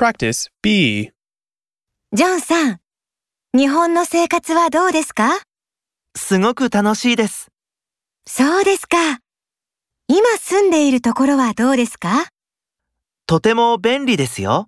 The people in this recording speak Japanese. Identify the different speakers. Speaker 1: Practice B.
Speaker 2: ジョンさん、日本の生活はどうですか
Speaker 3: すごく楽しいです。
Speaker 2: そうですか。今住んでいるところはどうですか
Speaker 3: とても便利ですよ。